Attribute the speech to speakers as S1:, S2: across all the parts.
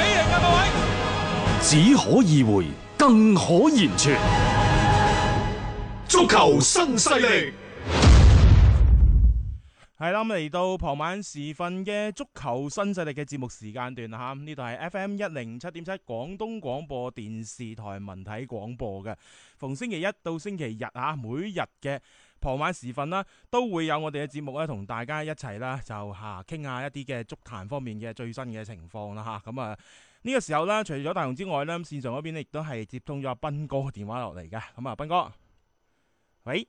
S1: 零啊！各位，
S2: 只可意會，更可言傳。
S3: 足球新勢力。
S4: 係啦，咁嚟到傍晚時分嘅足球新勢力嘅節目時間段啦嚇，呢度係 FM 一零七點七廣東廣播電視台文體廣播嘅，逢星期一到星期日啊，每日嘅傍晚時分啦，都會有我哋嘅節目咧，同大家一齊啦，就嚇傾下一啲嘅足壇方面嘅最新嘅情況啦嚇，咁啊〜呢個時候啦，除咗大雄之外咧，咁線上嗰邊咧亦都係接通咗阿斌哥嘅電話落嚟嘅。咁啊，斌哥，喂，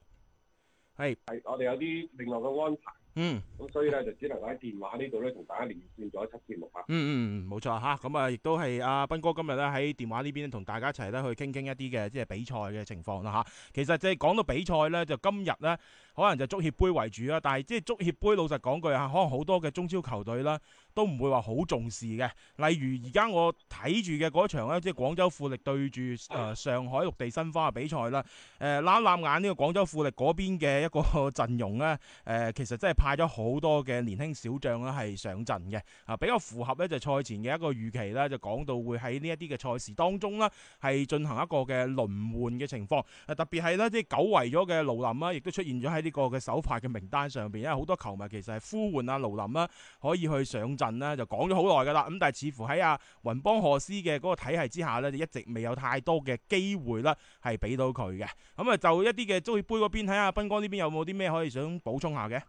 S4: 係，
S5: 係我哋有啲另外嘅安排，
S4: 嗯。
S5: 咁所以咧就只能喺電話呢度咧同大家連線咗一輯節目啊啦。
S4: 嗯嗯，嗯冇錯嚇，咁啊，亦都係阿斌哥今日咧喺電話呢邊同大家一齊咧去傾傾一啲嘅即係比賽嘅情況啦嚇。其實即係講到比賽咧，就今日咧可能就足協杯為主啦，但係即係足協杯老實講句啊，可能好多嘅中超球隊啦都唔會話好重視嘅。例如而家我睇住嘅嗰場咧，即係廣州富力對住誒、呃上海綠地申花嘅比賽啦，誒攬攬眼呢個廣州富力嗰邊嘅一個呃陣容咧，誒、其實真係派咗好多嘅年輕小將啦係上陣嘅。啊比較符合咧就賽前嘅一個預期啦，就講到會喺呢一啲嘅賽事當中啦，係進行一個嘅輪換嘅情況。啊特別係咧即係久違咗嘅盧林啦，亦都出現咗喺呢個嘅首發嘅名單上邊，因為好多球迷其實係呼喚啊盧林啦，可以去上陣啦，就講咗好耐㗎啦。咁但係似乎喺阿雲邦賀斯嘅嗰個體系之下咧，就一直未有太多嘅機會啦，係俾到佢嘅。咁啊就一啲嘅足協杯嗰邊，睇下阿斌哥呢邊有冇啲咩可以想補充下嘅？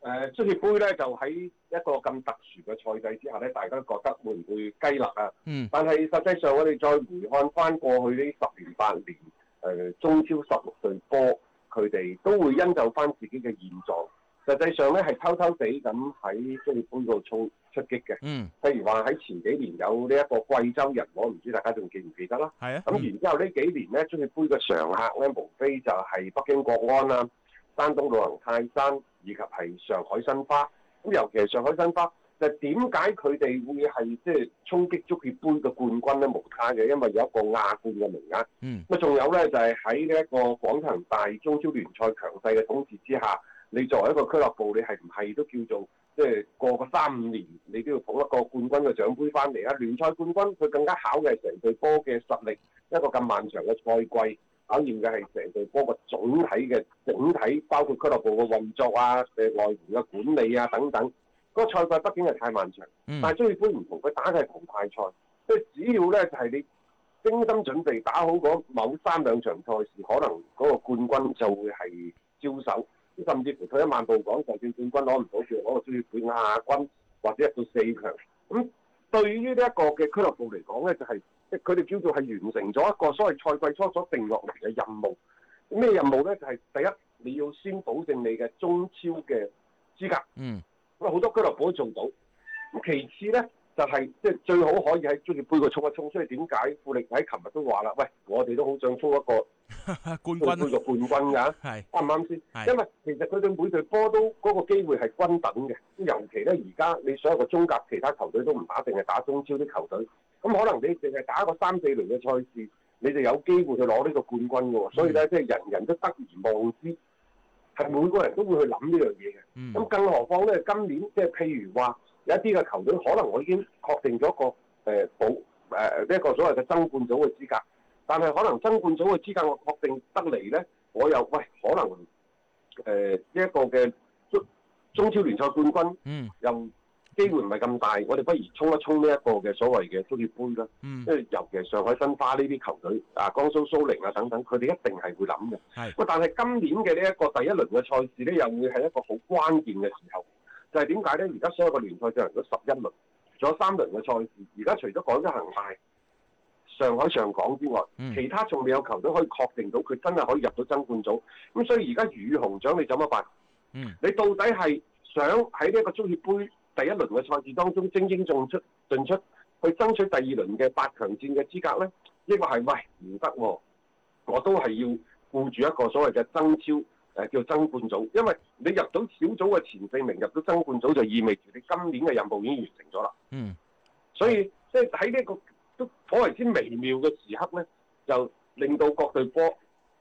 S5: 誒足協杯咧就喺一個咁特殊嘅賽制之下咧，大家都覺得會唔會雞肋啊？
S4: 嗯
S5: 但係實際上我哋再回看翻過去呢十年八年，誒、中超十六隊波，佢哋都會因就翻自己嘅現狀。實際上咧係偷偷地咁喺足協杯度衝出擊嘅。
S4: 嗯，
S5: 譬如話喺前幾年有呢一個貴州人，我唔知大家仲記唔記得啦。
S4: 係啊，
S5: 咁然之後呢幾年咧，足協杯嘅常客咧，無非就係北京國安啦、山東魯能泰山以及係上海申花。咁尤其係上海申花，就點解佢哋會係即係衝擊足協杯嘅冠軍咧？無他嘅，因為有一個亞冠嘅名額。
S4: 嗯
S5: 咁啊，仲有咧就係喺呢一個廣場大中超聯賽強勢嘅統治之下，你作為一個俱樂部，你係唔係都叫做即係過個三五年，你都要捧一個冠軍嘅獎杯翻嚟啊！聯賽冠軍佢更加考嘅係成隊波嘅實力，一個咁漫長嘅賽季，考驗嘅係成隊波嘅總體嘅整體，包括俱樂部嘅運作啊、誒外援嘅管理啊等等。嗰個賽季畢竟係太漫長。
S4: 嗯
S5: 但係中意杯唔同，佢打嘅係淘汰賽，即係只要咧就係你精心準備打好嗰某三兩場賽事，可能嗰個冠軍就會係招手，甚至乎退一萬步講，就算冠軍攞唔到，叫攞個中意杯亞軍或者入到四強。咁對於呢一個嘅俱樂部嚟講咧，就係即係佢哋叫做係完成咗一個所謂賽季初所定落嚟嘅任務。咩任務咧？就係、第一，你要先保證你嘅中超嘅資格。
S4: 嗯
S5: 咁好多俱樂部都做到。咁其次咧，就係即係最好可以喺足協杯度衝一衝。所以點解富力喺琴日都話啦，喂，我哋都好想衝一個
S4: 冠
S5: 足協杯
S4: 軍
S5: 嘅冠軍㗎，
S4: 係
S5: 啱唔啱先？
S4: 係
S5: 因為其實佢哋每隊波都嗰、個機會係均等嘅。尤其咧，而家你所有個中甲其他球隊都唔打，淨係打中超啲球隊。咁可能你淨係打一個三四輪嘅賽事，你就有機會去攞呢個冠軍㗎喎。所以
S4: 嗯
S5: 咧，即係人人都得而忘之，係每個人都會去諗呢樣嘢嘅。
S4: 嗯
S5: 咁更何況咧，今年即係譬如話有一啲嘅球隊，可能我已經確定咗個誒、呃、保誒呢一個所謂嘅爭冠組嘅資格，但係可能爭冠組嘅資格我確定得嚟咧，我又喂可能誒呢一個嘅中中超聯賽冠軍
S4: 嗯
S5: 又機會唔係咁大，我哋不如衝一衝呢一個嘅所謂嘅足協杯啦，
S4: 嗯
S5: 因為尤其係上海申花呢啲球隊啊，江蘇蘇寧啊等等，佢哋一定係會諗嘅。
S4: 係
S5: 喂，但係今年嘅呢一個第一輪嘅賽事咧，又會係一個好關鍵嘅時候，就係點解咧？而家所有嘅聯賽進行咗十一輪，仲有三輪嘅賽事。而家除咗廣州恒大、上海上港之外，
S4: 嗯
S5: 其他仲未有球隊可以確定到佢真係可以入到爭冠組。咁所以而家魚與熊掌你怎麼辦？
S4: 嗯
S5: 你到底係想喺呢一個足協杯第一輪嘅賽事當中精英進出進出，去爭取第二輪嘅八強戰嘅資格呢？抑或係喂唔得喎，我都係要顧住一個所謂嘅爭超誒、呃叫爭冠組，因為你入到小組嘅前四名入到爭冠組，就意味住你今年嘅任務已經完成咗啦。
S4: 嗯，
S5: 所以即係喺呢一個都頗為之微妙嘅時刻咧，就令到各隊波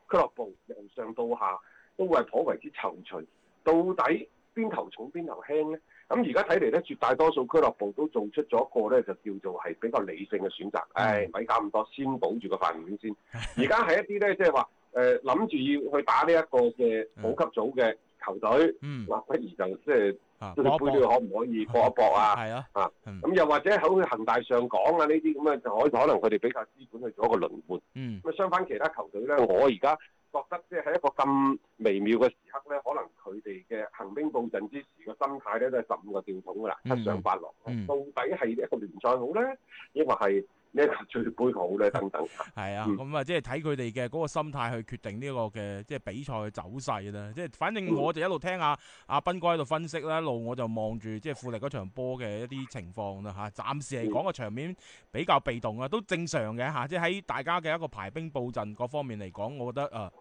S5: 俱樂部由上到下都係頗為之躊躇。到底邊頭重邊頭輕咧？咁而家睇嚟咧，絕大多數俱樂部都做出咗一個咧，就叫做係比較理性嘅選擇。唉、咪搞咁多，先保住個飯碗先。而家係一啲咧，即係話誒諗住要去打呢一個嘅保級組嘅球隊，
S4: 嗯，
S5: 嗱，不如就即係
S4: 啊，
S5: 杯呢
S4: 搏一搏
S5: 個可唔可以搏一搏啊？
S4: 係啊，
S5: 咁又或者喺恒大上港啊呢啲咁嘅，就可可能佢哋比較資本去做一個輪換。
S4: 嗯，
S5: 咁啊，相反其他球隊咧，我而家覺得即係喺一個咁微妙嘅時刻咧，可能佢哋嘅行兵布陣之時嘅心態咧，都係十五個吊桶噶啦，
S4: 嗯
S5: 七上八落。
S4: 嗯
S5: 到底係一個聯賽好咧，抑或係呢一個聚杯好咧？等等。
S4: 係啊，
S5: 嗯
S4: 咁啊，即係睇佢哋嘅嗰個心態去決定呢個嘅即係比賽嘅走勢啦。即係反正
S5: 嗯
S4: 我就一路聽阿阿斌哥喺度分析啦，一路我就望住即係富力嗰場波嘅一啲情況啦嚇。暫時嚟講個場
S5: 嗯
S4: 面比較被動啊，都正常嘅嚇。即係喺大家嘅一個排兵布陣各方面嚟講，我覺得誒、呃啊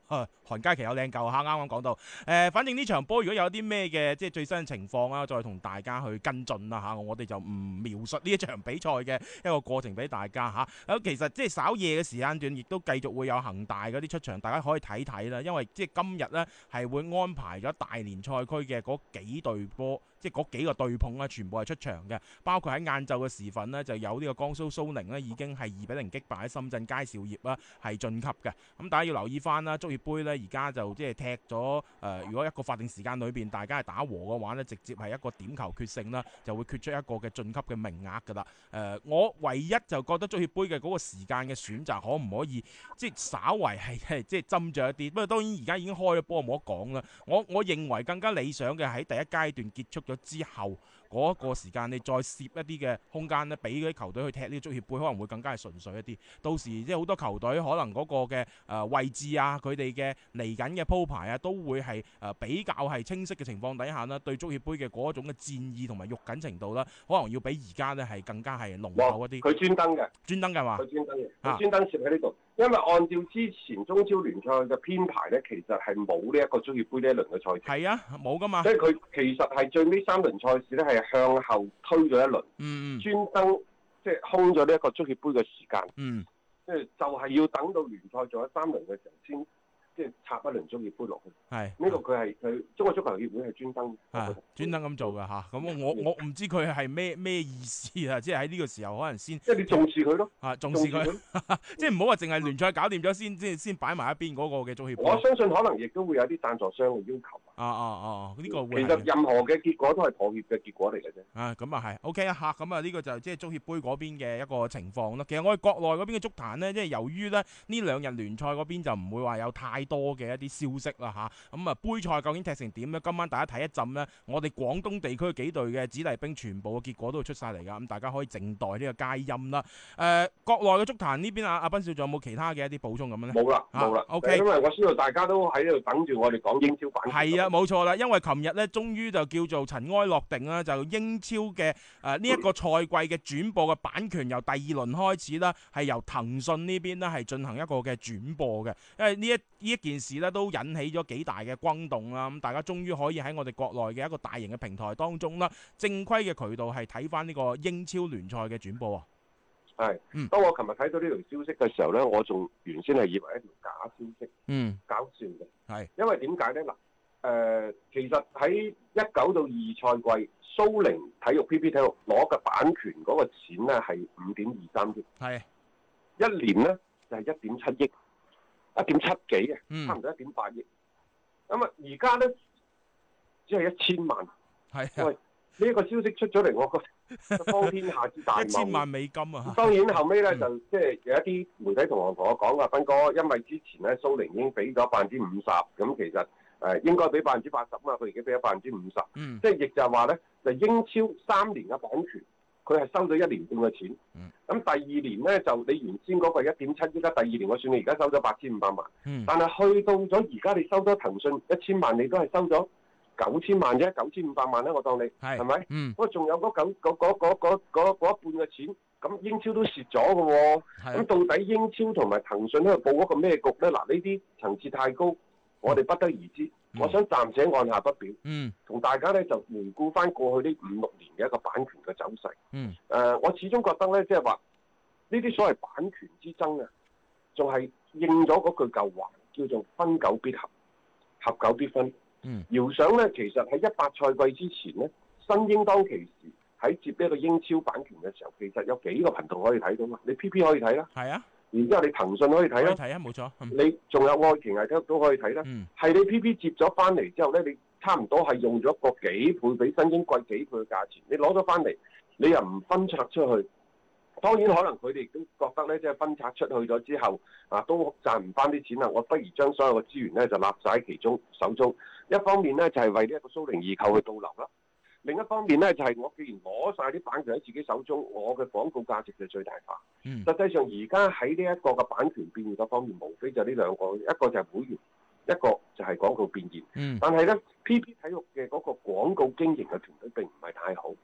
S4: 韓佳琪有靚救嚇，啱啱講到誒、呃反正呢場波如果有啲咩嘅即係最新嘅情況啊，再同大家去跟進啦嚇。我哋就唔描述呢一場比賽嘅一個過程俾大家嚇。咁其實即係稍夜嘅時間段，亦都繼續會有恒大嗰啲出場，大家可以睇睇啦。因為即係今日呢，係會安排咗大連賽區嘅嗰幾隊波，即係嗰幾個對碰啦，全部係出場嘅。包括喺晏晝嘅時分呢，就有呢個江蘇蘇寧呢已經係二比零擊敗深圳佳兆業啦，係晉級嘅。咁大家要留意翻啦，足協杯呢而家就即係踢咗誒、呃如果一個法定時間裏邊大家係打和嘅話呢，直接係一個點球決勝啦，就會決出一個嘅晉級嘅名額㗎啦。誒、呃我唯一就覺得足協杯嘅嗰個時間嘅選擇，可唔可以即係稍為係係 即係斟酌一啲？不過當然而家已經開咗波，冇得講啦。我我認為更加理想嘅喺第一階段結束咗之後嗰、個時間，你再攝一啲嘅空間咧，俾嗰啲球隊去踢呢個足協杯，可能會更加係純粹一啲。到時即係好多球隊可能嗰個嘅誒、呃位置啊，佢哋嘅嚟緊嘅鋪排啊，都會係誒、呃比較係清晰嘅情況底下啦，對足協杯嘅嗰種嘅戰意同埋肉緊程度啦，可能要比而家呢係更加係濃厚一啲，
S5: 佢專登嘅。
S4: 專登㗎嘛
S5: 佢，專登嘅，
S4: 啊
S5: 佢專登攝喺呢度，因為按照之前中超聯賽嘅編排咧，其實係冇呢一個足協杯呢一輪嘅賽事，
S4: 係啊，冇㗎嘛
S5: 即，係佢其實係最尾三輪賽事咧係向後推咗一輪，
S4: 嗯嗯
S5: 專登即係空咗呢一個足協杯嘅時間，
S4: 嗯，
S5: 即係就係要等到聯賽仲有三輪嘅時候先。即係插一輪足協杯落去，
S4: 係
S5: 呢、個佢係佢中國足球協會係專登嘅，
S4: 啊
S5: 我覺得，
S4: 專登咁做㗎吓，咁我
S5: 嗯
S4: 我我唔知佢係咩咩意思啊，即係喺呢個時候可能先
S5: 即係你重視佢咯，
S4: 啊重
S5: 重
S4: 視
S5: 視
S4: 佢，
S5: 佢。
S4: 即係唔好話淨係聯賽搞掂咗先，先先擺埋一邊嗰個嘅足協
S5: 我
S4: 杯，
S5: 相信可能亦都會有啲贊助商嘅要求。
S4: 啊啊啊，呢個
S5: 其
S4: 會係
S5: 實任何嘅結果都係妥協嘅結果嚟嘅啫。
S4: 啊，咁啊係，OK 啊嚇，咁啊呢個就即係足協杯嗰邊嘅一個情況啦。其實我哋國內嗰邊嘅足壇呢，即係由於咧呢兩日聯賽嗰邊就唔會話有太多嘅一啲消息啦吓，咁啊杯賽究竟踢成點呢？今晚大家睇一陣呢，我哋廣東地區幾隊嘅子弟兵全部嘅結果都會出晒嚟㗎，咁大家可以靜待呢個佳音啦。誒、國內嘅足壇呢邊啊，阿斌少仲有冇其他嘅一啲補充咁樣呢？
S5: 冇啦，
S4: 啊
S5: 冇啦。
S4: OK
S5: 因為我知道大家都喺度等住我哋講英超版權。
S4: 係啊，冇錯啦，因為琴日咧，終於就叫做塵埃落定啦，啊就英超嘅誒呢一個賽季嘅轉播嘅版權由第二輪開始啦，係由騰訊呢邊呢係進行一個嘅轉播嘅，因為呢一呢一件事呢都引起咗幾大嘅轟動啦，咁大家終於可以喺我哋國內嘅一個大型嘅平台當中啦，正規嘅渠道係睇翻呢個英超聯賽嘅轉播喎。
S5: 係
S4: 嗯。
S5: 當我琴日睇到呢條消息嘅時候咧，我仲原先係以為一條假消息，
S4: 嗯，
S5: 搞笑嘅。
S4: 係。
S5: 因為點解咧？嗱，誒、其實喺一九到二賽季，蘇寧體育 PP 體育攞嘅版權嗰個錢咧係五點二三億，
S4: 係，
S5: 一年咧就係一點七億，一點七幾啊，
S4: 嗯
S5: 差，唔多一點八億。咁啊，而家咧只係一千萬。
S4: 係啊，
S5: 呢、一個消息出咗嚟，我 覺得方天下之大
S4: 一千
S5: 謀。
S4: 萬美金啊！
S5: 當然後尾咧
S4: 嗯
S5: 就即係有一啲媒體同行同我講話，斌哥，因為之前咧蘇寧已經俾咗百分之五十，咁其實誒、呃、應該俾百分之八十啊嘛，佢而家俾咗百分之五十，
S4: 嗯
S5: 即係亦就係話咧，就英超三年嘅版權，佢係收咗一年半嘅錢。咁、
S4: 嗯
S5: 第二年咧就你原先嗰個一點七億啦，第二年我算你而家收咗八千五百萬，
S4: 嗯，
S5: 但係去到咗而家你收咗騰訊一千萬，你都係收咗九千萬啫，九千五百萬咧，我當你係
S4: 係，
S5: 咪？
S4: 嗯
S5: 我仲有嗰九嗰嗰嗰嗰嗰嗰一半嘅錢，咁英超都蝕咗嘅喎。
S4: 係啊
S5: 咁到底英超同埋騰訊喺度報嗰個咩局咧？嗱，呢啲層次太高，我哋不得而知。
S4: 嗯
S5: 我想暫且按下不表，
S4: 嗯
S5: 同大家咧就回顧翻過去呢五六年嘅一個版權嘅走勢。
S4: 嗯，
S5: 誒、我始終覺得咧，即係話呢啲所謂版權之爭啊，仲係應咗嗰句舊話，叫做分久必合，合久必分。
S4: 嗯，
S5: 遙想咧，其實喺一八賽季之前咧，新英當其時喺接呢個英超版權嘅時候，其實有幾個頻道可以睇到嘛？你 P P 可以睇啦，
S4: 係啊，
S5: 然之後你騰訊可以睇
S4: 可以
S5: 啦，
S4: 睇啊，冇錯。嗯
S5: 你仲有愛奇藝都都可以睇啦。
S4: 嗯
S5: 係你 P P 接咗翻嚟之後咧，你差唔多係用咗個幾倍比新英貴幾倍嘅價錢，你攞咗翻嚟，你又唔分拆出去。當然可能佢哋都覺得咧，即係分拆出去咗之後，啊都賺唔翻啲錢啦，我不如將所有嘅資源咧就立晒喺其中手中。一方面咧就係、為呢一個蘇寧易購去倒流啦，另一方面咧就係、我既然攞晒啲版權喺自己手中，我嘅廣告價值就最大化。
S4: 嗯
S5: 實際上而家喺呢一個嘅版權變現嗰方面，無非就呢兩個，一個就係會員，一個就係廣告變現。
S4: 嗯
S5: 但係咧，PP 體育嘅嗰個廣告經營嘅團隊並唔係太好，咁、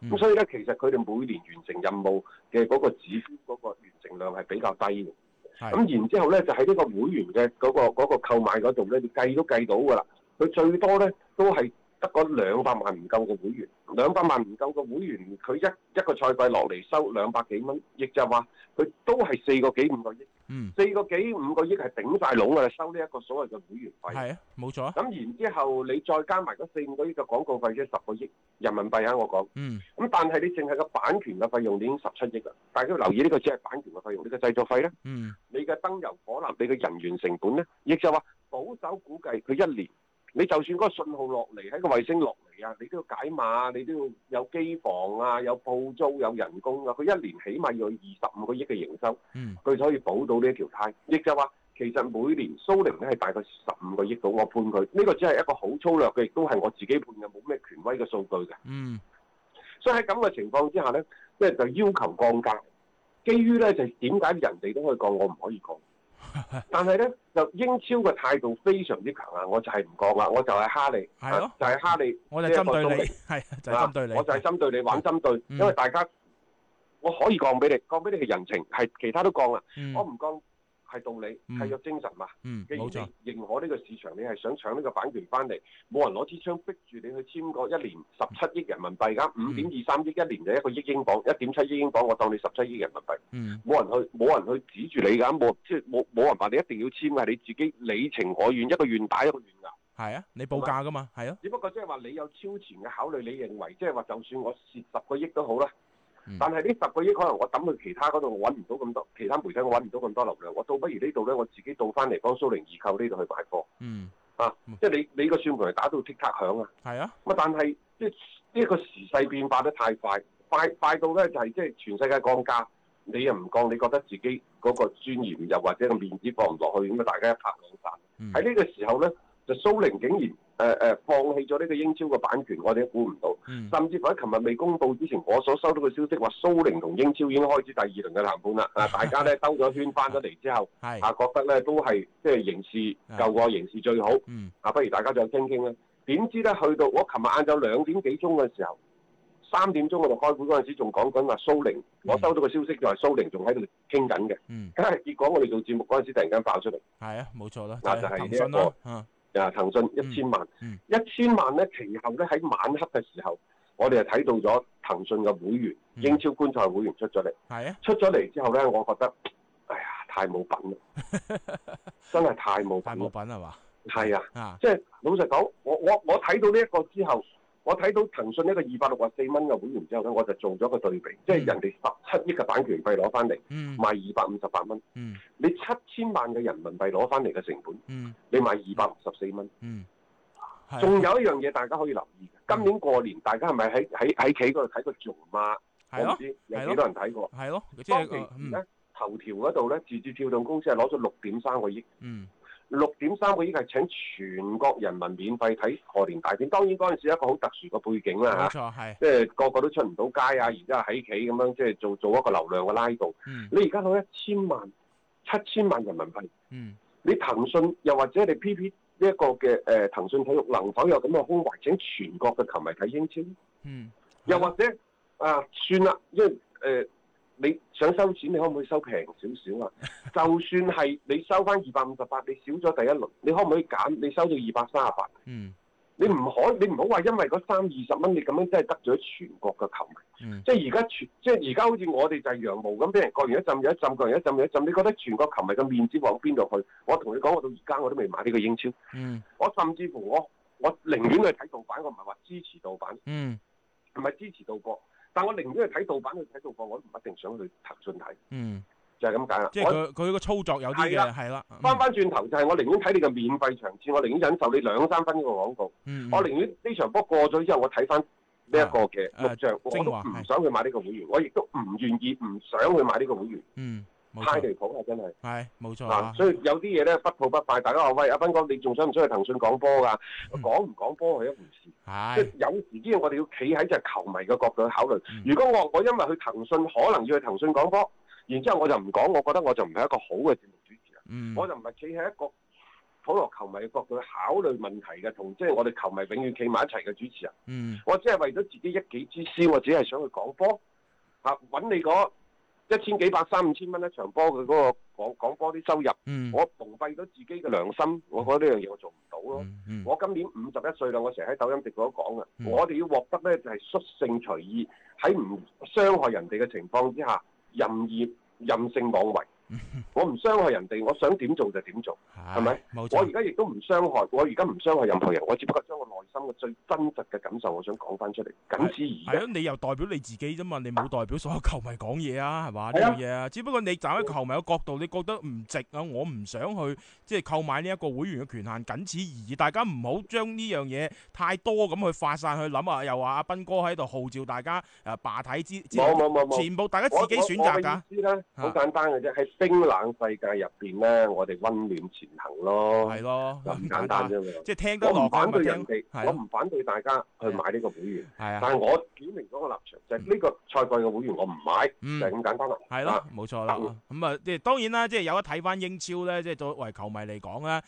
S4: 嗯
S5: 所以咧，其實佢哋每年完成任務嘅嗰個指標嗰個完成量係比較低嘅。
S4: 係
S5: 咁然之後咧，就喺呢個會員嘅嗰、個嗰、個購買嗰度咧，你計都計到㗎啦。佢最多咧都係得嗰兩百萬唔夠嘅會員，兩百萬唔夠嘅會員，佢一一個賽季落嚟收兩百幾蚊，亦就係話佢都係四個幾五個億，
S4: 嗯，
S5: 四個幾五個億係頂晒籠㗎啦，收呢一個所謂嘅會員費。
S4: 係啊，冇錯啊。
S5: 咁然之後，你再加埋嗰四五個億嘅廣告費，即係十個億人民幣啊！我講，
S4: 嗯
S5: 咁但係你淨係個版權嘅費用已經十七億啦。大家要留意呢個只係版權嘅費用，你嘅製作費咧，
S4: 嗯
S5: 你嘅燈油火蠟，你嘅人員成本咧，亦就話保守估計佢一年，你就算嗰個信號落嚟喺個衛星落嚟啊，你都要解碼，你都要有機房啊，有鋪租，有人工啊，佢一年起碼要有二十五個億嘅營收。
S4: 嗯
S5: 佢可以補到呢一條呔，亦就話其實每年蘇寧咧係大概十五個億到，我判佢呢、個只係一個好粗略嘅，亦都係我自己判嘅，冇咩權威嘅數據嘅。
S4: 嗯
S5: 所以喺咁嘅情況之下咧，即係就要求降價。基於咧就係點解人哋都可以降，我唔可以 降？但係咧就英超嘅態度非常之強硬，我就係唔降啦，我就係蝦你，
S4: 係咯
S5: 啊就係蝦你，
S4: 我就針對
S5: 呢一個
S4: 你
S5: 蘇，
S4: 係啊就係針對你。
S5: 我就係針對你玩針對，
S4: 嗯
S5: 因為大家我可以降俾你，降俾你係人情，係其他都降啦。
S4: 嗯
S5: 我唔講係道理，
S4: 嗯
S5: 契約精神嘛。
S4: 嗯
S5: 既然
S4: 冇錯。
S5: 你認可呢個市場，你係想搶呢個版權翻嚟，冇人攞支槍逼住你去簽個一年十七億人民幣㗎，五
S4: 嗯
S5: 點二三億一年就一個億英鎊，一點七億英鎊，我當你十七億人民幣，
S4: 嗯
S5: 冇人去冇人去指住你㗎，冇即係冇冇人話你一定要簽㗎，係你自己你情我願，一個願打一個願挨。
S4: 係啊，你報價噶嘛？係啊。
S5: 只不過即係話你有超前嘅考慮，你認為即係話就算我蝕十個億都好啦，
S4: 嗯
S5: 但係呢十個億可能我抌去其他嗰度，我揾唔到咁多，其他媒體我揾唔到咁多流量，我倒不如呢度咧，我自己倒翻嚟幫蘇寧易購呢度去買貨
S4: 嗯
S5: 啊
S4: 嗯！
S5: 即係你你個算盤係打到剔塔響啊！
S4: 係啊。
S5: 咁啊，但係即係呢個時勢變化得太快，快快到咧就係即係全世界降價，你又唔降，你覺得自己嗰個尊嚴又或者個面子放唔落去，咁啊大家一拍兩散。
S4: 嗯
S5: 喺呢個時候咧，就蘇寧竟然誒誒、呃呃放棄咗呢個英超嘅版權，我哋都估唔到。
S4: 嗯
S5: 甚至乎喺琴日未公佈之前，我所收到嘅消息話，蘇寧同英超已經開始第二輪嘅談 判啦。啊，大家咧兜咗圈翻咗嚟之後，
S4: 係。
S5: 啊覺得咧都係即係刑事
S4: 啊
S5: 救過刑事最好。
S4: 嗯
S5: 啊，不如大家再傾傾啦。點知咧，去到我琴日晏晝兩點幾鐘嘅時候，三點鐘我哋開會嗰陣時，仲講緊話蘇寧，我收到個消息就係蘇寧仲喺度傾緊嘅。
S4: 嗯
S5: 梗係結果我哋做節目嗰陣時，突然間爆出嚟。
S4: 係啊，冇錯啦。
S5: 嗱
S4: 就
S5: 就係
S4: 係
S5: 呢
S4: 騰訊
S5: 一
S4: 啦。啊
S5: 啊騰訊一千萬
S4: 嗯，
S5: 一千萬咧，其後咧喺晚黑嘅時候，我哋就睇到咗騰訊嘅會員，
S4: 嗯
S5: 英超觀賽會員出咗嚟，
S4: 係啊，
S5: 出咗嚟之後咧，我覺得，哎呀，太冇品啦，真係太冇
S4: 大
S5: 品
S4: 冇
S5: 啦，
S4: 品係嘛？
S5: 係啊，
S4: 啊。
S5: 即係老實講，我我我睇到呢一個之後，我睇到騰訊呢個二百六十四蚊嘅會員之後咧，我就做咗個對比，即係人哋十七億嘅版權費攞翻嚟
S4: 嗯
S5: 賣二百五十八蚊，
S4: 嗯
S5: 你七千萬嘅人民幣攞翻嚟嘅成本，
S4: 嗯
S5: 你賣二百六十四蚊。
S4: 嗯。係啊嗯
S5: 仲有一樣嘢大家可以留意嘅，今年過年大家係咪喺喺喺企嗰度睇個做馬？我
S4: 係
S5: 唔
S4: 咯
S5: 知有
S4: 係
S5: 幾
S4: 咯
S5: 多人睇過。
S4: 係咯，即
S5: 當
S4: 係
S5: 其
S4: 個
S5: 時
S4: 嗯
S5: 咧，頭條嗰度咧，字節跳動公司係攞咗六點三個億，
S4: 嗯
S5: 六點三個億係請全國人民免費睇賀年大片。當然嗰陣時一個好特殊嘅背景啦
S4: 冇
S5: 嚇，
S4: 錯係
S5: 即係個個都出唔到街啊，然之後喺企咁樣即係做做一個流量嘅拉動。
S4: 嗯
S5: 你而家攞一千萬、七千萬人民幣。
S4: 嗯
S5: 你騰訊又或者你 PP 呢一個嘅誒騰訊體育能否有咁嘅胸懷，請全國嘅球迷睇英超？
S4: 嗯
S5: 又或者啊，算啦，因為誒、你想收錢，你可唔可以收平少少啊？就算係你收翻二百五十八，你少咗第一輪，你可唔可以減？你收到二百三十八？
S4: 嗯
S5: 你唔可，你唔好話因為嗰三二十蚊，你咁樣真係得罪咗全國嘅球迷。
S4: 嗯
S5: 即係而家全，即係而家好似我哋就係羊毛咁，俾人割完一浸又一浸，割完一浸又一浸。你覺得全國球迷嘅面子往邊度去？我同你講，我到而家我都未買呢個英超，
S4: 嗯
S5: 我甚至乎我我寧願去睇盜版，我唔係話支持盜版，
S4: 嗯
S5: 唔係支持盜播，但我寧願去睇盜版去睇盜播，我都唔一定想去騰訊睇，
S4: 嗯，
S5: 就係咁解啦。
S4: 即係
S5: 我
S4: 佢佢個操作有啲
S5: 係啦
S4: 嘅係啦，嗯
S5: 翻翻轉頭就係我寧願睇你嘅免費場次，我寧願忍受你兩三分呢個廣告，
S4: 嗯嗯
S5: 我寧願呢場波過咗之後，我睇翻呢一個嘅
S4: 啊啊
S5: 錄像，我都
S4: 精華
S5: 唔
S4: 係
S5: 想去買呢個會員，我亦都唔願意、唔想去買呢個會員，
S4: 嗯冇
S5: 太
S4: 錯
S5: 離譜啦，啊真係
S4: 係冇錯
S5: 啊！
S4: 啊，
S5: 所以有啲嘢咧不吐不快，大家話喂，阿斌哥，你仲想唔想去騰訊講波㗎？
S4: 嗯
S5: 講唔講波係一回事。即係
S4: 係
S5: 有時啲嘢我哋要企喺隻球迷嘅角度去考慮
S4: 嗯。
S5: 如果我我因為去騰訊可能要去騰訊講波，然之後我就唔講，我覺得我就唔係一個好嘅節目主持人，
S4: 嗯
S5: 我就唔係企喺一個普羅球迷嘅角度去考慮問題嘅，同即係我哋球迷永遠企埋一齊嘅主持人。
S4: 嗯
S5: 我只係為咗自己一己之私，我只係想去講波嚇，啊揾你嗰一千幾百三五千蚊一場波嘅嗰個講講波啲收入，
S4: 嗯
S5: 我蒙蔽咗自己嘅良心，我覺得呢樣嘢我做唔到咯。
S4: 嗯嗯
S5: 我今年五十一歲啦，我成日喺抖音直播都講啊，
S4: 嗯
S5: 我哋要獲得咧就係率性隨意，喺唔傷害人哋嘅情況之下，任意任性妄為。
S4: 嗯
S5: 我唔傷害人哋，我想點做就點做。
S4: 係
S5: 咪
S4: 冇
S5: 我
S4: 錯
S5: 而家亦都唔傷害，我而家唔傷害任何人，我只不過將我內心嘅最真實嘅感受，我想講翻出嚟，僅此而
S4: 係
S5: 已。
S4: 啊，你又代表你自己啫嘛，你冇代表所有球迷講嘢啊，係嘛呢
S5: 係啊
S4: 樣嘢啊？只不過你站喺球迷嘅角度，你覺得唔值啊，我唔想去即係購買呢一個會員嘅權限，僅此而已。大家唔好將呢樣嘢太多咁去發散去諗啊，又話阿斌哥喺度號召大家誒罷睇之之
S5: 冇冇冇冇。
S4: 全部大家自
S5: 我
S4: 己選擇㗎
S5: 我。我嘅意思咧，好簡單嘅啫，喺冰冷世界入邊咧，我哋溫暖前行咯，
S4: 係咯，
S5: 就
S4: 咁簡
S5: 咁簡
S4: 單
S5: 單，啫嘛。
S4: 即係聽得
S5: 我
S4: 落
S5: 唔
S4: 嘅
S5: 反
S4: 咪
S5: 對
S4: 聽
S5: 人，哋，
S4: 係
S5: 我
S4: 咯
S5: 唔反對大家去買呢個會員，
S4: 係啊，
S5: 但係我表明咗個立場，就係呢個賽季嘅會員我唔買，
S4: 嗯
S5: 就係咁簡單啦。
S4: 係
S5: 啊嗯
S4: 咯，，冇錯啦。咁啊，即係當然啦，即係有得睇翻英超咧，即係作為球迷嚟講啊咧，誒、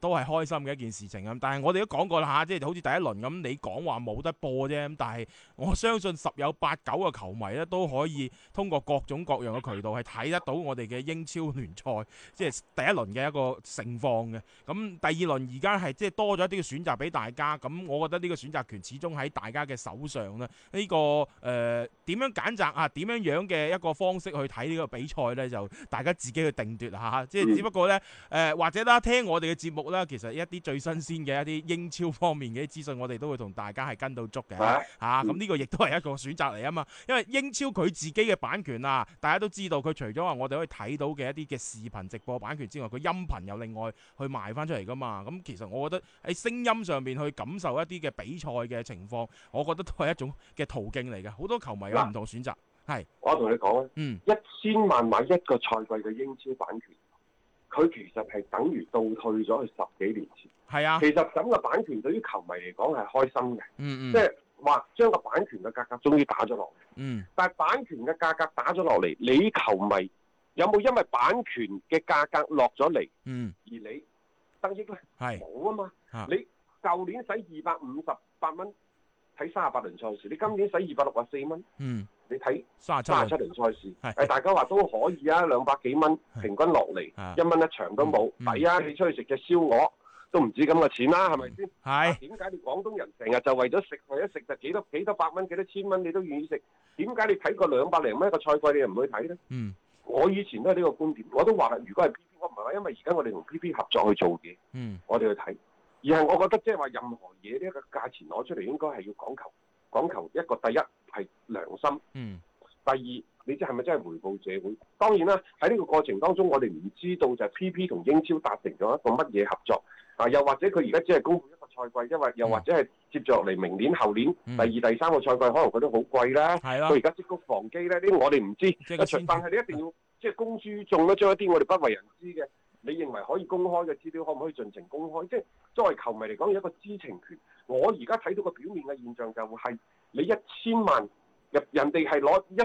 S4: 都係開心嘅一件事情咁。但係我哋都講過啦嚇，即係好似第一輪咁，你講話冇得播啫，咁但係我相信十有八九嘅球迷咧都可以通過各種各樣嘅渠道係睇得到我哋嘅英超聯賽，即係第一輪嘅一個盛況嘅。咁第二輪而家係即係多咗一啲嘅選擇俾大家，咁我覺得呢個選擇權始終喺大家嘅手上啦。呢、個誒點、樣揀擇啊，點樣樣嘅一個方式去睇呢個比賽呢？就大家自己去定奪下，即係
S5: 嗯
S4: 只不過呢，誒、或者啦，聽我哋嘅節目啦，其實一啲最新鮮嘅一啲英超方面嘅一啲資訊，我哋都會同大家係跟到足嘅。
S5: 係
S4: 啊，咁
S5: 嗯
S4: 呢個亦都係一個選擇嚟啊嘛，因為英超佢自己嘅版權啊，大家都知道佢除咗話我哋可以睇到嘅一啲嘅視頻直播版權之外，佢音頻又另外去賣翻出嚟噶嘛。咁其實我覺得喺聲音上面去感受一啲嘅比賽嘅情況，我覺得都係一種嘅途徑嚟嘅。好多球迷有
S5: 嗱
S4: 唔同選擇。
S5: 我同你講啊，
S4: 嗯，
S5: 一千萬買一個賽季嘅英超版權，佢其實係等於倒退咗去十幾年前。
S4: 係啊，
S5: 其實咁嘅版權對於球迷嚟講係開心嘅，
S4: 嗯
S5: 即
S4: 嗯
S5: 係話將個版權嘅價格終於打咗落嚟。
S4: 嗯
S5: 但係版權嘅價格打咗落嚟，你球迷有冇因為版權嘅價格落咗嚟
S4: 嗯，
S5: 而你得益咧？
S4: 係
S5: 冇啊嘛！
S4: 啊
S5: 你舊年使二百五十八蚊睇三十八輪賽事，你今年使二百六十四蚊，
S4: 嗯，
S5: 你睇
S4: 三十七
S5: 三十
S4: 輪
S5: 七輪賽事，
S4: 係
S5: 誒大家話都可以啊，兩百幾蚊平均落嚟，
S4: 啊
S5: 一蚊一場都冇
S4: 嗯嗯
S5: 抵啊！你出去食隻燒鵝都唔止咁嘅錢啦，係咪先？啊
S4: 係哎
S5: 點解你廣東人成日就為咗食，為咗食就幾多幾多百蚊、幾多千蚊，你都願意食？點解你睇過兩百零蚊一個賽季，你又唔去睇呢？
S4: 嗯
S5: 我以前都係呢個觀點，我都話啦，如果係 P P，我唔係話因為而家我哋同 P P 合作去做嘢。
S4: 嗯
S5: 我哋去睇，而係我覺得即係話任何嘢呢一個價錢攞出嚟應該係要講求講求一個第一係良心，
S4: 嗯
S5: 第二你即係咪真係回報社會？當然啦，喺呢個過程當中，我哋唔知道就係 PP 同英超達成咗一個乜嘢合作啊，又或者佢而家只係公布一個賽季，因為又或者係接著嚟明年、後年
S4: 嗯
S5: 第二、第三個賽季，可能佢都好貴啦。
S4: 係
S5: 佢
S4: 咯
S5: 而，家積谷防饑咧，呢個我哋唔知。
S4: 即係
S5: 啊
S4: 個
S5: 除
S4: 先
S5: 但係你一定要即係公諸於眾啦，將一啲我哋不為人知嘅，你認為可以公開嘅資料，可唔可以盡情公開？即係作為球迷嚟講，有一個知情權。我而家睇到個表面嘅現象就係你一千萬入人哋係攞一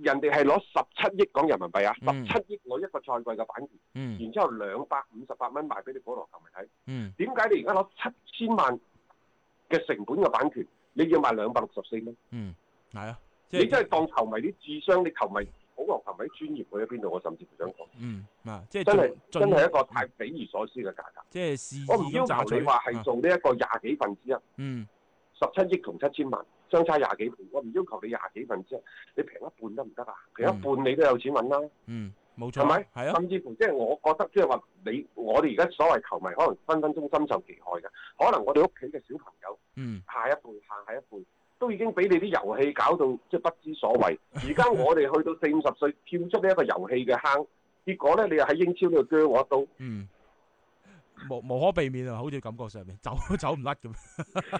S5: 人哋係攞十七億港人民幣啊，
S4: 嗯
S5: 十七億攞一個賽季嘅版權，
S4: 嗯
S5: 然之後兩百五十八蚊賣俾你普羅球迷睇。
S4: 嗯
S5: 點解你而家攞七千萬嘅成本嘅版權，你要賣兩百六十四蚊？
S4: 嗯，係啊，即
S5: 你
S4: 係
S5: 真係當球迷啲智商，你球迷普羅球迷專業去咗邊度？我甚至乎想講，
S4: 嗯啊，即係
S5: 真係
S4: 盡嗯
S5: 真係一個太匪夷所思嘅價格。
S4: 即係肆意
S5: 我唔要
S4: 咁榨
S5: 求
S4: 取
S5: 你話係
S4: 啊
S5: 做呢一個廿幾分之一，
S4: 嗯
S5: 十七億同七千萬，相差廿幾倍。我唔要求你廿幾分之一，你平一半得唔得啊？平一半你都有錢揾啦。
S4: 嗯冇錯，
S5: 係咪？
S4: 嗯係啊，
S5: 甚至乎即係我覺得，即係話你我哋而家所謂球迷，可能分分鐘深受其害嘅。可能我哋屋企嘅小朋友，
S4: 嗯
S5: 下一輩、下下一輩，都已經俾你啲遊戲搞到即係不知所 謂。而家我哋去到四五十歲，跳出呢一個遊戲嘅坑，結果咧，你又喺英超呢度鋸我一刀。
S4: 嗯，無無可避免啊，好似感覺上面走 走唔甩咁。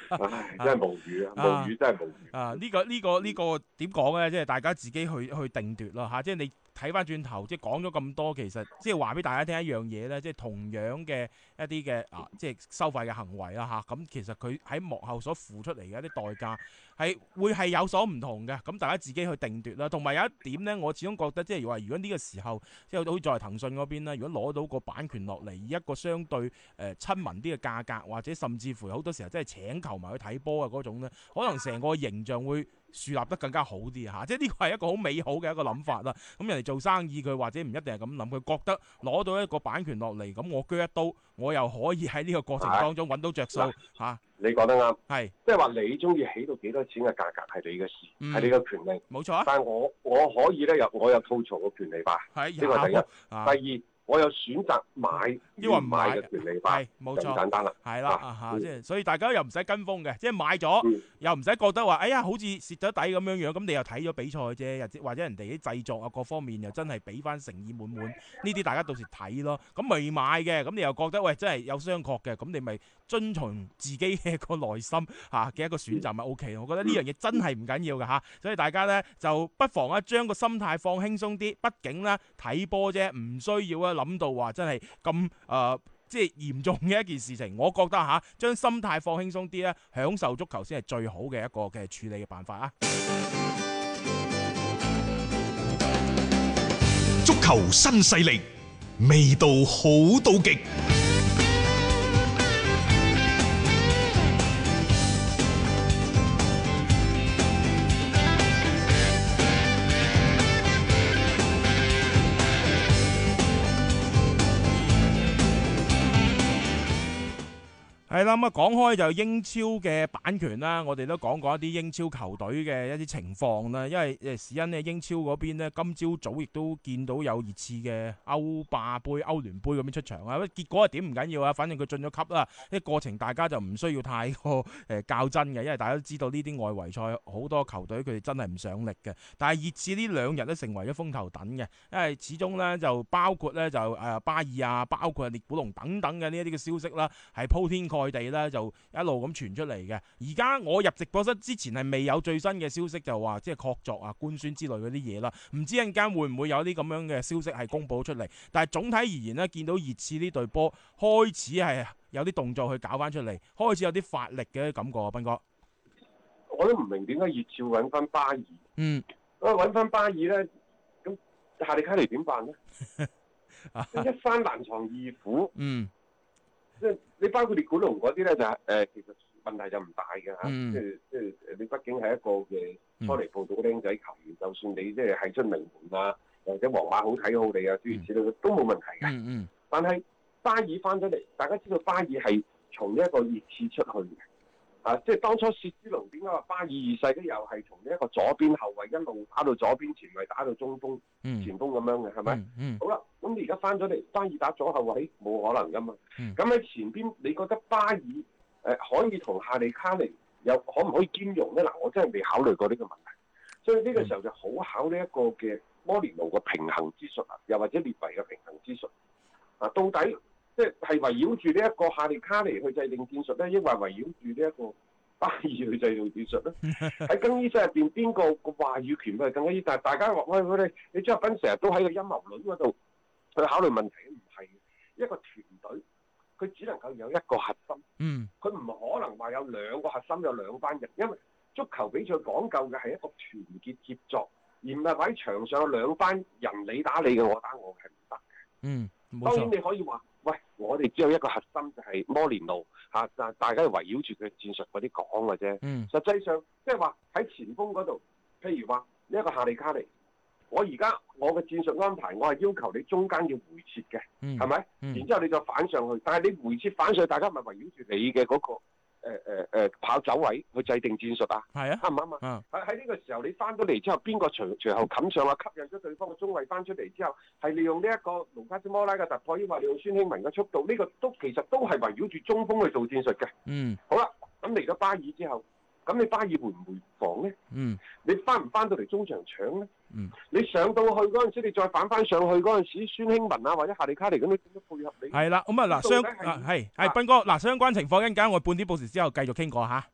S5: 唉，真係無語
S4: 啊
S5: 啊！無語真係無語。
S4: 啊！呢、個呢、個呢、個點講咧？即係大家自己去去定奪啦嚇、即係你睇翻轉頭，即係講咗咁多，其實即係話俾大家聽一樣嘢咧，即係同樣嘅一啲嘅啊，即係收費嘅行為啦嚇。咁、其實佢喺幕後所付出嚟嘅一啲代價係會係有所唔同嘅。咁大家自己去定奪啦。同埋有一點咧，我始終覺得即係話，如果呢個時候即係好似作為騰訊嗰邊啦，如果攞到個版權落嚟，以一個相對誒、呃、親民啲嘅價格，或者甚至乎好多時候真係請球迷去睇波啊嗰種咧。可能成個形象會樹立得更加好啲啊嚇，即係呢個係一個好美好嘅一個諗法啦。咁人哋做生意佢或者唔一定係咁諗，佢覺得攞到一個版權落嚟，咁我鋸一刀，我又可以喺呢個過程當中揾到着數嚇，
S5: 你講得啱，
S4: 係
S5: 即係話你中意起到幾多錢嘅價格係你嘅事，
S4: 嗯
S5: 係你嘅權利。
S4: 冇錯啊，
S5: 但係我我可以咧，有我有吐槽嘅權利吧。
S4: 係
S5: 呢個第一
S4: 有啊
S5: 第，二，我有選擇買
S4: 因為
S5: 要
S4: 唔買
S5: 買嘅權利吧。
S4: 係冇
S5: 就啊咁
S4: 錯。
S5: 簡單啦。
S4: 係啦，
S5: 啊
S4: 啊嚇，
S5: 嗯
S4: 即係所以大家又唔使跟風嘅，即係買咗、
S5: 嗯
S4: 又唔使覺得話，哎呀，好似蝕咗底咁樣樣，咁你又睇咗比賽啫，又或者人哋啲製作啊各方面又真係俾翻誠意滿滿，呢啲大家到時睇咯。咁未買嘅，咁你又覺得喂真係有商榷嘅，咁你咪遵從自己嘅一個內心嚇嘅一個選擇咪 O K 我覺得呢樣嘢真係唔緊要嘅嚇，所以大家呢，就不妨啊將個心態放輕鬆啲，畢竟呢，睇波啫，唔需要啊諗到話真係咁誒。呃即係嚴重嘅一件事情，我覺得吓，將心態放輕鬆啲咧，享受足球先係最好嘅一個嘅處理嘅辦法啊！
S3: 足球新勢力，味道好到極。
S4: 係啦，咁啊講開就英超嘅版權啦，我哋都講過一啲英超球隊嘅一啲情況啦。因為誒史因呢，英超嗰邊呢，今朝早亦都見到有熱刺嘅歐霸杯、歐聯杯咁樣出場啊。結果係點唔緊要啊，反正佢進咗級啦。呢過程大家就唔需要太過誒較真嘅，因為大家都知道呢啲外圍賽好多球隊佢哋真係唔上力嘅。但係熱刺呢兩日都成為咗風頭等嘅，因為始終呢，就包括呢，就誒、呃巴爾啊，包括列古龍等等嘅呢一啲嘅消息啦。係鋪天蓋地啦，就一路咁傳出嚟嘅。而家我入直播室之前係未有最新嘅消息，就話即係確鑿啊、官宣之類嗰啲嘢啦。唔知陣間會唔會有啲咁樣嘅消息係公佈出嚟？但係總體而言呢，見到熱刺呢隊波開始係有啲動作去搞翻出嚟，開始有啲發力嘅感覺啊，斌哥。
S5: 我都唔明點解熱刺要揾翻巴爾，
S4: 嗯，
S5: 啊揾翻巴爾咧，咁夏利卡尼 點辦咧？即係一山難藏二虎，
S4: 嗯，
S5: 即係你包括列古龍嗰啲咧，就係誒其實問題就唔大嘅嚇，
S4: 嗯
S5: 即係即係呃你畢竟係一個嘅初嚟報道嘅僆仔球員，就算你即係係出名門啊，或者皇馬好睇好你啊，諸如此類嘅都冇問題嘅。
S4: 嗯嗯，
S5: 但係巴爾翻咗嚟，大家知道巴爾係從呢一個熱刺出去嘅，啊，即係當初薛之龍點解話巴爾二世都又係從呢一個左邊後衞一路打到左邊前衞，打到中鋒、
S4: 嗯，
S5: 前鋒咁樣嘅，係咪？
S4: 嗯嗯
S5: 好啦，咁你而家翻咗嚟，巴爾打左後衞冇可能噶嘛
S4: 嗯？
S5: 咁喺、前邊，你覺得巴爾誒、呃可以同夏利卡尼有可唔可以兼容咧？嗱，我真係未考慮過呢個問題，所以呢個時候就好考呢一個嘅摩連奴嘅平衡之術啊，又或者列維嘅平衡之術啊，到底即係係圍繞住呢一個夏利卡尼去制定戰術咧，抑或圍繞住呢一個巴爾去制定戰術咧？喺更衣室入邊，邊個個話語權係更衣？但係大家話喂喂，你你張達斌成日都喺個陰謀論嗰度去考慮問題，唔係嘅一個團隊，佢只能夠有一個核心，
S4: 嗯
S5: 佢唔可能話有兩個核心有兩班人，因為足球比賽講究嘅係一個團結協作，而唔係話喺場上有兩班人你打你嘅，我打我嘅係唔得。
S4: 嗯，冇
S5: 當然
S4: 錯。
S5: 你可以話，喂，我哋只有一個核心就係摩連奴嚇，但、大家係圍繞住佢戰術嗰啲講嘅啫。
S4: 嗯
S5: 實際上即係話喺前鋒嗰度，譬如話呢一個夏利卡尼，我而家我嘅戰術安排，我係要求你中間要回撤嘅，
S4: 嗯
S5: 係咪？
S4: 嗯
S5: 然之後你就反上去，但係你回撤反上去，大家咪圍繞住你嘅嗰、個誒誒誒跑走位去制定戰術啊，
S4: 係啊，
S5: 啱唔啱啊？喺喺呢個時候你翻到嚟之後，邊個隨隨後冚上啊，吸引咗對方嘅中衞翻出嚟之後，係利用呢一個盧卡斯摩拉嘅突破，抑或利用孫興文嘅速度，呢、個都其實都係圍繞住中鋒去做戰術嘅。
S4: 嗯
S5: 好啦，咁嚟咗巴爾之後，咁你巴爾回唔回防呢？
S4: 嗯
S5: 你翻唔翻到嚟中場搶呢？
S4: 嗯
S5: 你上到去嗰陣時，你再反翻上去嗰陣時，孫興文啊或者夏利卡尼咁，你點樣配合你？
S4: 係啦，咁啊嗱，
S5: 到
S4: 相
S5: 底係
S4: 啊係係
S5: 啊
S4: 斌哥嗱，相關情況一陣間我半啲報時之後繼續傾過吓。